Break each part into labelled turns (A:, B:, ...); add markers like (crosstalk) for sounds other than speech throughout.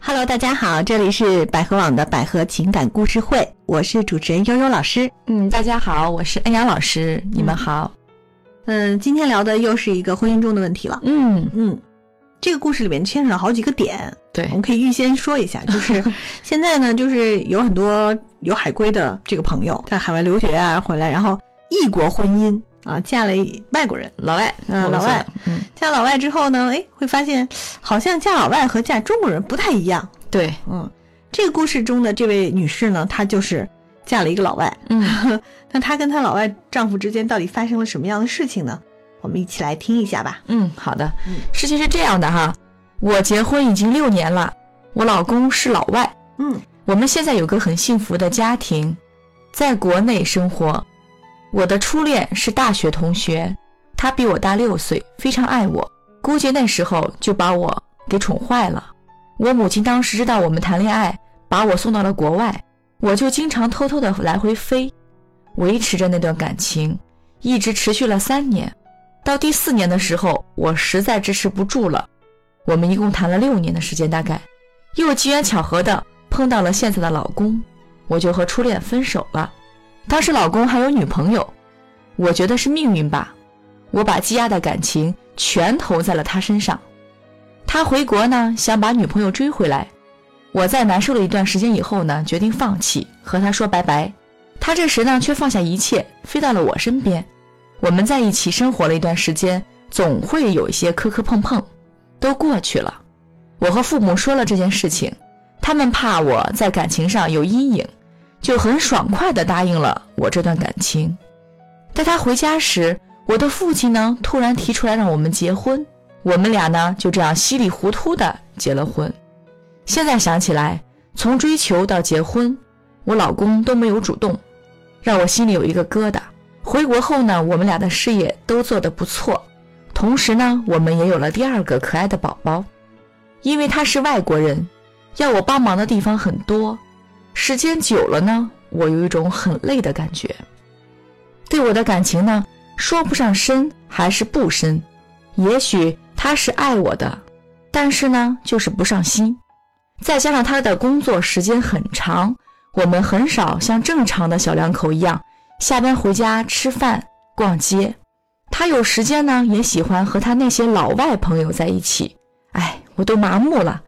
A: Hello，大家好，这里是百合网的百合情感故事会，我是主持人悠悠老师。
B: 嗯，大家好，我是恩雅老师，你们好。
A: 嗯，今天聊的又是一个婚姻中的问题了。
B: 嗯，
A: 嗯，这个故事里面牵扯了好几个点，
B: 对
A: 我，们可以预先说一下，就是现在呢，就是有很多有海归的这个朋友在海外留学啊回来，然后异国婚姻啊嫁了外国人，
B: 老外，
A: 嗯
B: 我们
A: 老外
B: 算，嗯，
A: 嫁老外之后呢，哎，会发现好像嫁老外和嫁中国人不太一样。
B: 对，
A: 嗯，这个故事中的这位女士呢，她就是嫁了一个老外。
B: 嗯，
A: (laughs) 那她跟她老外丈夫之间到底发生了什么样的事情呢？我们一起来听一下吧。
B: 嗯，好的
A: 嗯。
B: 事情是这样的哈，我结婚已经六年了，我老公是老外，
A: 嗯
B: 我们现在有个很幸福的家庭，在国内生活。我的初恋是大学同学，他比我大六岁，非常爱我。估计那时候就把我给宠坏了。我母亲当时知道我们谈恋爱，把我送到了国外，我就经常偷偷的来回飞，维持着那段感情，一直持续了三年。到第四年的时候，我实在支持不住了，我们一共谈了六年的时间，大概。又机缘巧合的碰到了现在的老公，我就和初恋分手了。当时老公还有女朋友，我觉得是命运吧。我把积压的感情全投在了他身上。他回国呢，想把女朋友追回来。我在难受了一段时间以后呢，决定放弃，和他说拜拜。他这时呢，却放下一切，飞到了我身边。我们在一起生活了一段时间，总会有一些磕磕碰碰，都过去了。我和父母说了这件事情，他们怕我在感情上有阴影，就很爽快地答应了我这段感情。带他回家时，我的父亲呢突然提出来让我们结婚，我们俩呢就这样稀里糊涂地结了婚。现在想起来，从追求到结婚，我老公都没有主动，让我心里有一个疙瘩。回国后呢，我们俩的事业都做得不错，同时呢，我们也有了第二个可爱的宝宝。因为他是外国人，要我帮忙的地方很多。时间久了呢，我有一种很累的感觉。对我的感情呢，说不上深还是不深，也许他是爱我的，但是呢，就是不上心。再加上他的工作时间很长，我们很少像正常的小两口一样下班回家吃饭、逛街。他有时间呢，也喜欢和他那些老外朋友在一起。哎，我都麻木了。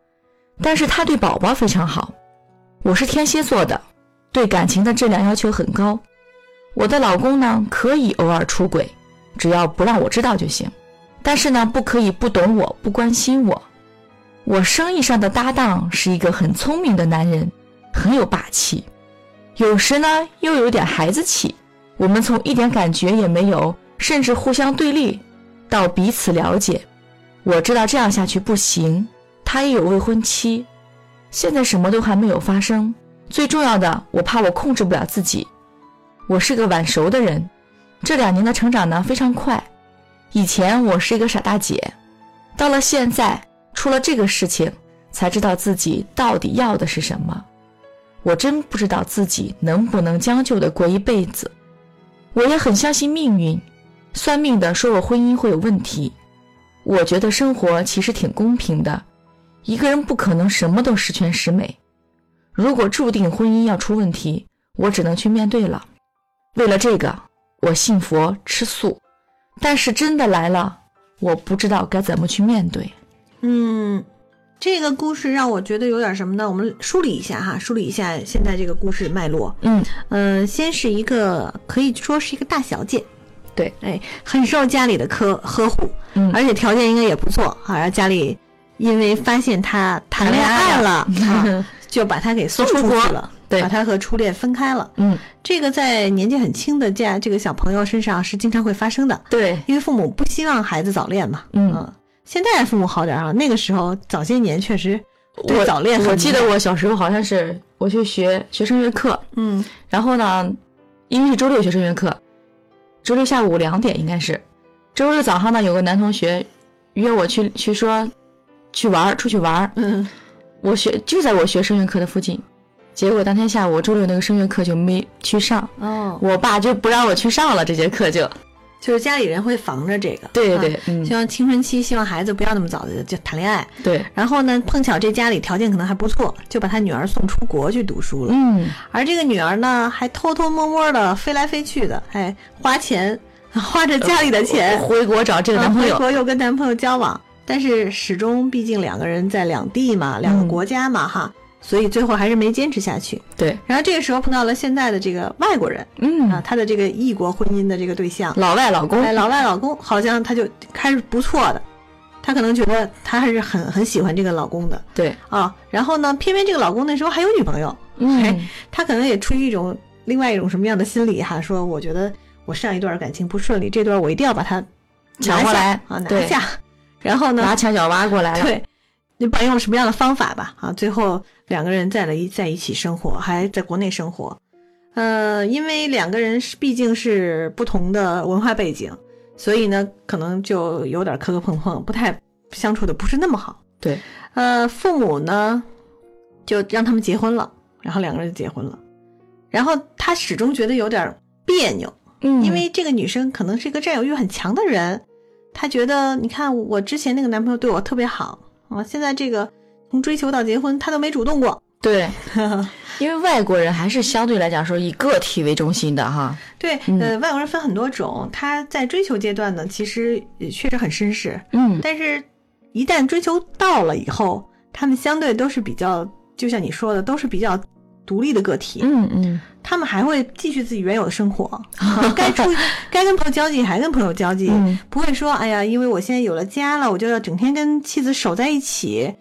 B: 但是他对宝宝非常好。我是天蝎座的，对感情的质量要求很高。我的老公呢，可以偶尔出轨，只要不让我知道就行。但是呢，不可以不懂我，不关心我。我生意上的搭档是一个很聪明的男人，很有霸气，有时呢又有点孩子气。我们从一点感觉也没有，甚至互相对立，到彼此了解，我知道这样下去不行，他也有未婚妻，现在什么都还没有发生。最重要的，我怕我控制不了自己。我是个晚熟的人，这两年的成长呢非常快。以前我是一个傻大姐，到了现在，出了这个事情，才知道自己到底要的是什么。我真不知道自己能不能将就的过一辈子。我也很相信命运，算命的说我婚姻会有问题，我觉得生活其实挺公平的，一个人不可能什么都十全十美。如果注定婚姻要出问题，我只能去面对了。为了这个，我信佛吃素，但是真的来了，我不知道该怎么去面对。
A: 嗯，这个故事让我觉得有点什么呢？我们梳理一下哈，梳理一下现在这个故事脉络。
B: 嗯，
A: 嗯、先是一个可以说是一个大小姐，
B: 对，
A: 哎，很受家里的呵呵护，
B: 嗯
A: 而且条件应该也不错，好像家里因为发现她谈恋爱
B: (laughs)
A: 了，啊就把她给送出
B: 送出
A: 去
B: 国
A: 了，
B: 对
A: 把她和初恋分开了。
B: 嗯，
A: 这个在年纪很轻的家这个小朋友身上是经常会发生的，
B: 对，
A: 因为父母不希望孩子早恋嘛。
B: 嗯
A: 现在父母好点儿啊，那个时候早些年确实对
B: 我
A: 早恋很
B: 我记得我小时候好像是我去学学声乐课，
A: 嗯
B: 然后呢，因为是周六学声乐课，周六下午两点应该是，周日早上呢有个男同学约我去去说去玩儿出去玩儿，
A: 嗯
B: 我学就在我学声乐课的附近，结果当天下午周六那个声乐课就没去上，
A: 哦，
B: 我爸就不让我去上了这节课就，
A: 就是家里人会防着这个。
B: 对对
A: 啊
B: 对，嗯
A: 希，望青春期，希望孩子不要那么早的就谈恋爱。
B: 对，
A: 然后呢，碰巧这家里条件可能还不错，就把他女儿送出国去读书了。
B: 嗯，
A: 而这个女儿呢，还偷偷摸摸的飞来飞去的，哎，花钱， (laughs) 花着家里的钱，
B: 回国找
A: (laughs)
B: 这个
A: 嗯
B: 呃男朋
A: 回
B: 友，
A: 国又跟男朋友交往，但是始终毕竟两个人在两地嘛，两个
B: 嗯
A: 国家嘛，哈，所以最后还是没坚持下去。
B: 对，
A: 然后这个时候碰到了现在的这个外国人啊，
B: 嗯，
A: 他的这个异国婚姻的这个对象，
B: 老外老公，
A: 哎，老外老公好像他就开始不错的，他可能觉得他还是很很喜欢这个老公的
B: 对，
A: 啊。然后呢，偏偏这个老公那时候还有女朋友，
B: 嗯，
A: 他可能也出于一种另外一种什么样的心理哈，说我觉得我上一段感情不顺利，这段我一定要把它
B: 抢
A: 拿
B: 过
A: 下
B: 来
A: 啊，拿
B: 对
A: 下。然后呢
B: 拿，墙角挖过来了，
A: 对，你不管用什么样的方法吧，啊，最后两个人在了一在一起生活，还在国内生活。呃，因为两个人是毕竟是不同的文化背景，所以呢，可能就有点磕磕碰碰，不太相处的不是那么好。
B: 对，
A: 呃，父母呢就让他们结婚了，然后两个人就结婚了，然后他始终觉得有点别扭，
B: 嗯，
A: 因为这个女生可能是一个占有欲很强的人，她觉得你看我之前那个男朋友对我特别好啊，现在这个从追求到结婚他都没主动过，
B: 对， (laughs) 因为外国人还是相对来讲说以个体为中心的哈，
A: 对，
B: 嗯
A: 呃，外国人分很多种，他在追求阶段呢，其实呃确实很绅士，
B: 嗯，
A: 但是一旦追求到了以后，他们相对都是比较，就像你说的，都是比较独立的个体，
B: 嗯嗯，
A: 他们还会继续自己原有的生活，
B: (laughs)
A: 啊该出该跟朋友交际还跟朋友交际，
B: 嗯
A: 不会说哎呀，因为我现在有了家了，我就要整天跟妻子守在一起。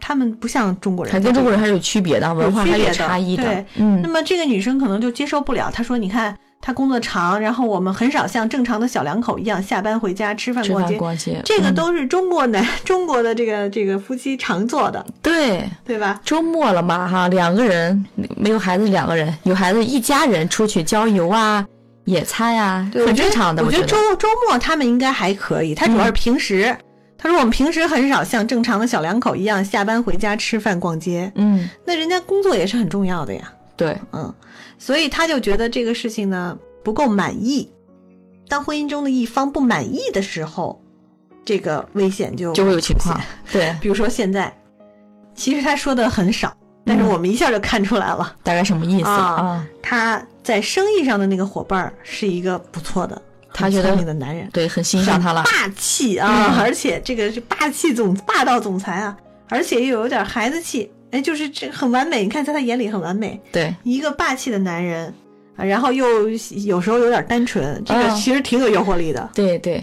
A: 他们不像中国人，
B: 还跟中国人还是有区别的，文化还是
A: 有
B: 有
A: 区别的
B: 差异的
A: 对，那
B: 嗯，
A: 么这个女生可能就接受不了，她说：“你看她工作长，然后我们很少像正常的小两口一样下班回家吃饭
B: 吃
A: 逛
B: 饭
A: 街，
B: 逛街，
A: 这个
B: 嗯
A: 都是中国男、中国的这个这个夫妻常做的，
B: 对。
A: 对吧？
B: 周末了嘛，哈，两个人没有孩子，两个人有孩子，一家人出去郊游啊、野餐呀、
A: 对，
B: 很正常的。
A: 我
B: 我嗯
A: 觉得周周末他们应该还可以，他主要是平时。他说：“我们平时很少像正常的小两口一样下班回家吃饭逛街，
B: 嗯，
A: 那人家工作也是很重要的呀，
B: 对，
A: 嗯，所以他就觉得这个事情呢不够满意。当婚姻中的一方不满意的时候，这个危险就
B: 就会有情况。对，
A: 比如说现在，其实他说的很少，但是
B: 嗯
A: 我们一下就看出来了，
B: 大概什么意思
A: 啊
B: 啊？
A: 他在生意上的那个伙伴儿是一个不错的，
B: 他
A: 很
B: 觉得
A: 聪明的男人，
B: 对，很欣赏他了。
A: 霸气啊，
B: 嗯
A: 而且这个是霸气总霸道总裁啊，而且又有点孩子气，哎，就是这个很完美。你看，在他眼里很完美，
B: 对，
A: 一个霸气的男人，啊然后又有时候有点单纯，这个
B: 嗯
A: 其实挺有诱惑力的。
B: 对，对，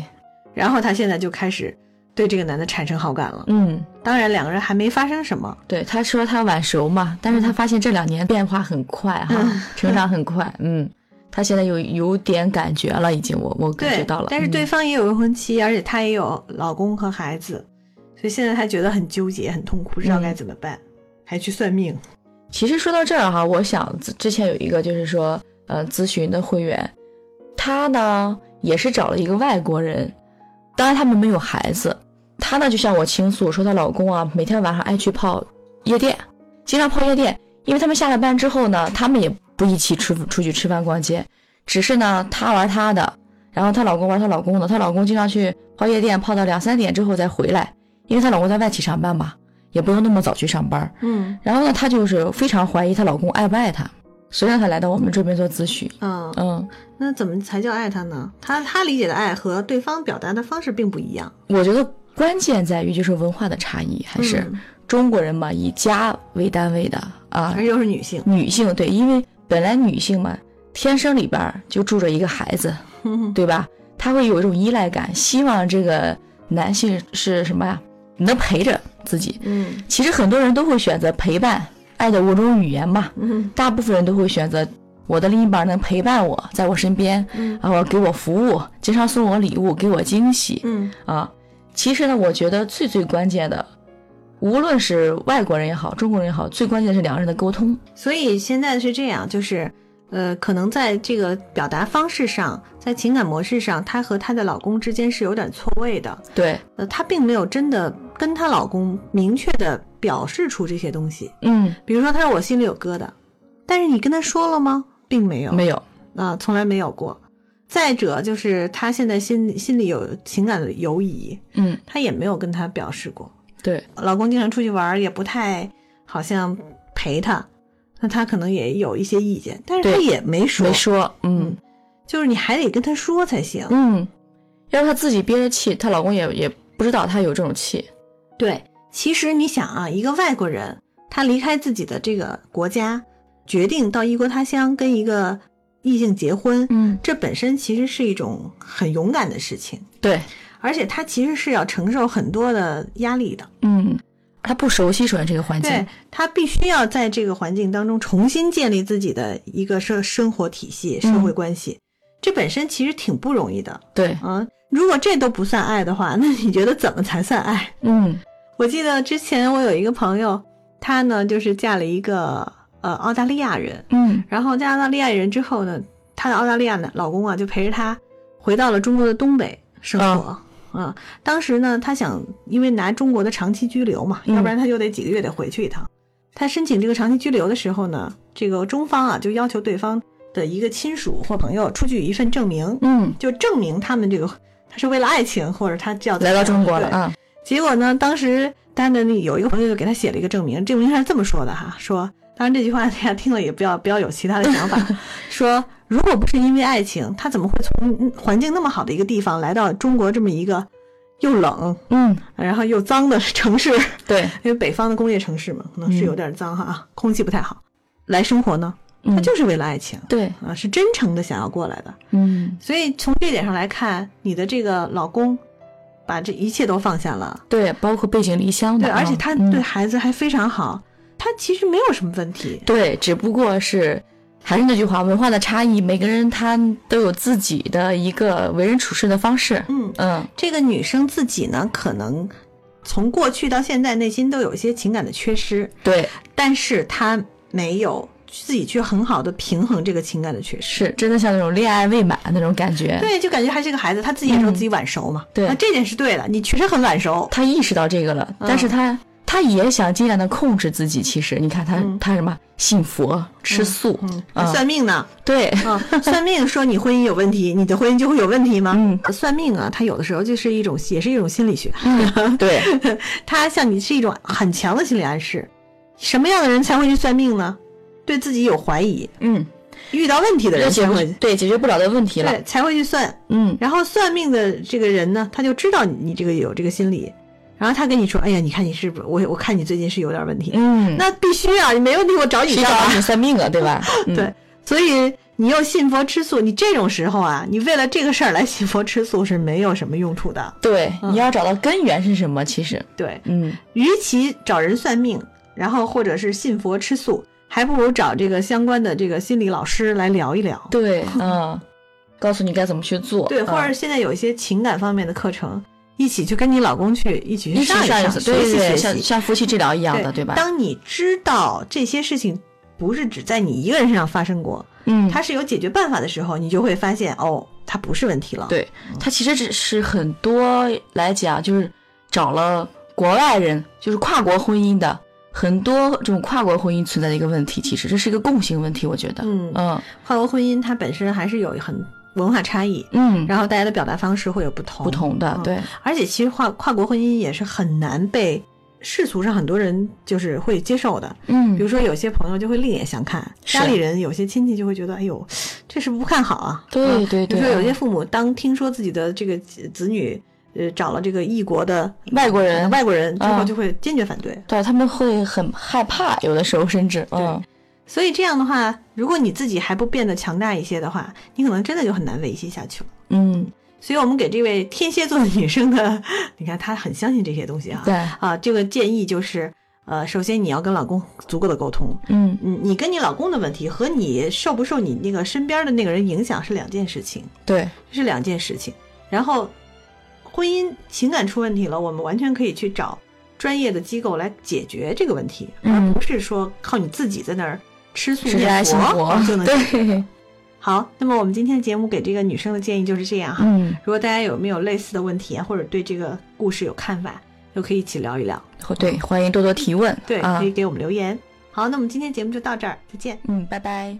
A: 然后他现在就开始对这个男的产生好感了。
B: 嗯，
A: 当然，两个人还没发生什么，
B: 对。他说他晚熟嘛，但是他发现这两年变化很快哈，成长很快。嗯，他现在有有点感觉了，已经我我感觉
A: 对
B: 到了。，
A: 但是
B: 嗯
A: 对方也有未婚妻，而且她也有老公和孩子，所以现在她觉得很纠结、很痛苦，不知
B: 嗯
A: 道该怎么办，还去算命。
B: 其实说到这儿哈，我想之之前有一个就是说，呃，咨询的会员，他呢也是找了一个外国人，当然他们没有孩子，她呢就向我倾诉说，她老公啊每天晚上爱去泡夜店，经常泡夜店，因为他们下了班之后呢，他们也不一起出出去吃饭逛街，只是呢她玩她的，然后她老公玩她老公的，她老公经常去泡夜店，泡到两三点之后再回来，因为她老公在外企上班嘛，也不用那么早去上班。
A: 嗯
B: 然后呢，她就是非常怀疑她老公爱不爱她，所以让她来到我们这边做咨询。
A: 嗯，
B: 嗯，
A: 那怎么才叫爱他呢？他他理解的爱和对方表达的方式并不一样，
B: 我觉得关键在于就是文化的差异，还哎是、
A: 嗯
B: 中国人嘛，以家为单位的啊
A: 而，又是女性。
B: 女性对，因为本来女性嘛，天生里边儿就住着一个孩子，
A: 嗯
B: 对吧？她会有一种依赖感，希望这个男性是什么呀？能陪着自己。
A: 嗯
B: 其实很多人都会选择陪伴，爱的五种语言嘛。
A: 嗯
B: 大部分人都会选择我的另一半能陪伴我，在我身边，
A: 嗯
B: 啊，我给我服务，经常送我礼物，给我惊喜
A: 嗯
B: 啊。其实呢，我觉得最最关键的，无论是外国人也好，中国人也好，最关键的是两个人的沟通。
A: 所以现在是这样，就是。呃，可能在这个表达方式上，在情感模式上，她和她的老公之间是有点错位的。
B: 对，
A: 呃，她并没有真的跟她老公明确的表示出这些东西。
B: 嗯，
A: 比如说，她说我心里有疙瘩，但是你跟她说了吗？并没有，
B: 没有，
A: 呃啊、从来没有过。再者就是他现在心心里有情感的犹疑，
B: 嗯，
A: 他也没有跟他表示过。
B: 对，
A: 老公经常出去玩儿，也不太好像陪她，那她可能也有一些意见，但是她
B: 对
A: 也没说，
B: 没说，嗯
A: 嗯就是你还得跟她说才行。
B: 嗯，要是她自己憋着气，她老公也也不知道她有这种气，
A: 对，其实你想啊，一个外国人他离开自己的这个国家，决定到异国他乡跟一个异性结婚，
B: 嗯，
A: 这本身其实是一种很勇敢的事情，
B: 对，
A: 而且他其实是要承受很多的压力的。
B: 嗯，她不熟悉首先这个环境，
A: 对他必须要在这个环境当中重新建立自己的一个生生活体系、社会关系，这本身其实挺不容易的
B: 对，
A: 啊。如果这都不算爱的话，那 (laughs) 你觉得怎么才算爱？
B: 嗯
A: 我记得之前我有一个朋友，她呢就是嫁了一个呃澳大利亚人，
B: 嗯
A: 然后嫁澳大利亚人之后呢，她的澳大利亚男老公啊就陪着她回到了中国的东北生活。
B: 嗯
A: 啊、当时呢，她想因为拿中国的长期居留嘛，
B: 嗯
A: 要不然她就得几个月得回去一趟。她申请这个长期居留的时候呢，这个中方啊就要求对方的一个亲属或朋友出具一份证明，
B: 嗯，
A: 就证明他们这个他是为了爱情或者他叫
B: 来到中国了
A: 对
B: 啊，
A: 结果呢，当时丹丹那有一个朋友就给他写了一个证明，证明他是这么说的哈，说当然这句话大家听了也不要不 (laughs) 要有其他的想法，说如果不是因为爱情，他怎么会从嗯环境那么好的一个地方来到中国这么一个又冷
B: 嗯，
A: 然后又脏的城市？
B: 对，
A: 因为北方的工业城市嘛，可能是有点脏哈、啊，空气不太好。来生活呢，
B: 嗯
A: 他就是为了爱情、
B: 对，
A: 啊，是真诚的想要过来的。
B: 嗯
A: 所以从这点上来看，你的这个老公把这一切都放下了。
B: 对，包括背井离乡的
A: 对，
B: 啊，
A: 而且他
B: 嗯
A: 对孩子还非常好，他其实没有什么问题。
B: 对，只不过是还是那句话，文化的差异，每个人他都有自己的一个为人处事的方式。
A: 嗯，
B: 嗯，
A: 这个女生自己呢，可能从过去到现在，内心都有一些情感的缺失，
B: 对，
A: 但是她没有自己去很好的平衡这个情感的缺失。
B: 是真的像那种恋爱未满那种感觉。
A: 对，就感觉还是个孩子，她自己也说自己晚熟嘛。
B: 对
A: 那这点是对嗯的，你确实很晚熟。
B: 他意识到这个了，
A: 嗯
B: 但是他、他也想尽量的控制自己。其实你看他、他什么信佛、吃素，
A: 嗯，
B: 啊
A: 算命呢？
B: 对，
A: (laughs) 啊，算命说你婚姻有问题，你的婚姻就会有问题吗？算命啊，它有的时候就是一种，也是一种心理学。 (laughs)
B: 对，
A: 它向你是一种很强的心理暗示。什么样的人才会去算命呢？对自己有怀疑，
B: (laughs) 嗯，
A: 遇到问题的人
B: 解
A: 才
B: 不
A: 会
B: 对解决不了的问题了。
A: 对才会去算。
B: 嗯，
A: 然后算命的这个人呢，他就知道你这个有这个心理，然后他跟你说：“哎呀，你看你是不是我我看你最近是有点问题。
B: 嗯，
A: 那必须啊，你没问题我找你
B: 谁
A: 干
B: 找
A: 嘛
B: 你算命啊？
A: (laughs)
B: 对吧？嗯、
A: 对，所以你又信佛吃素，你这种时候啊，你为了这个事儿来信佛吃素是没有什么用处的。
B: 对，
A: 嗯
B: 你要找到根源是什么？其实，
A: 对，
B: 嗯，
A: 与其找人算命，然后或者是信佛吃素，还不如找这个相关的这个心理老师来聊一聊。
B: 对，嗯，告诉你该怎么去做，
A: 对，
B: 嗯
A: 或者现在有一些情感方面的课程，一起去跟你老公去一起去
B: 一起
A: 上
B: 嗯上
A: 上，
B: 次，
A: 学
B: 对
A: 习
B: 对，像
A: 学习。
B: 像夫妻治疗一样的，对吧？
A: 当你知道这些事情不是只在你一个人身上发生过，
B: 嗯，
A: 它是有解决办法的时候，你就会发现哦，它不是问题了。
B: 对他其实只是很多来讲，就是找了国外人，就是跨国婚姻的很多这种跨国婚姻存在的一个问题，其实这是一个共性问题，我觉得，
A: 嗯
B: 嗯
A: 跨国婚姻它本身还是有很文化差异，
B: 嗯，
A: 然后大家的表达方式会有不同。
B: 不同的
A: 嗯，
B: 对
A: 而且其实跨跨国婚姻也是很难被世俗上很多人就是会接受的。
B: 嗯，
A: 比如说有些朋友就会另眼相看，
B: 是
A: 家里人有些亲戚就会觉得，哎呦，这是不看好啊。
B: 对
A: 啊
B: 对
A: 比如
B: 对
A: 说有
B: 嗯
A: 些父母当听说自己的这个子子女。呃，找了这个异国的
B: 外国人
A: 外国人之后
B: 嗯
A: 就会坚决反对。
B: 对他们会很害怕，有的时候甚至，嗯，
A: 所以这样的话，如果你自己还不变得强大一些的话，你可能真的就很难维系下去了。
B: 嗯，
A: 所以我们给这位天蝎座的女生的， (laughs) 你看她很相信这些东西啊。
B: 对，
A: 啊，这个建议就是，呃，首先你要跟老公足够的沟通。
B: 嗯，
A: 嗯，你跟你老公的问题和你受不受你那个身边的那个人影响是两件事情，
B: 对，
A: 这是两件事情。然后，婚姻情感出问题了，我们完全可以去找专业的机构来解决这个问题，
B: 嗯
A: 而不是说靠你自己在那儿吃素
B: 是爱
A: 念啊
B: 生活
A: 就，能解决
B: (laughs) 对，
A: 好。那么我们今天的节目给这个女生的建议就是这样哈。
B: 嗯，
A: 如果大家有没有类似的问题啊，或者对这个故事有看法，都可以一起聊一聊。
B: 对，欢迎多多提问，
A: 嗯对，
B: 啊
A: 可以，给
B: 嗯
A: 我们留言。好，那我们今天节目就到这儿，再见。
B: 嗯，拜拜。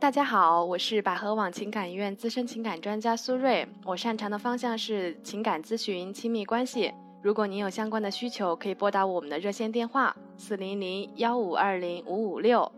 C: 大家好，我是百合网情感医院资深情感专家苏瑞，我擅长的方向是情感咨询、亲密关系。如果您有相关的需求，可以拨打我们的热线电话四零零幺五二零五五六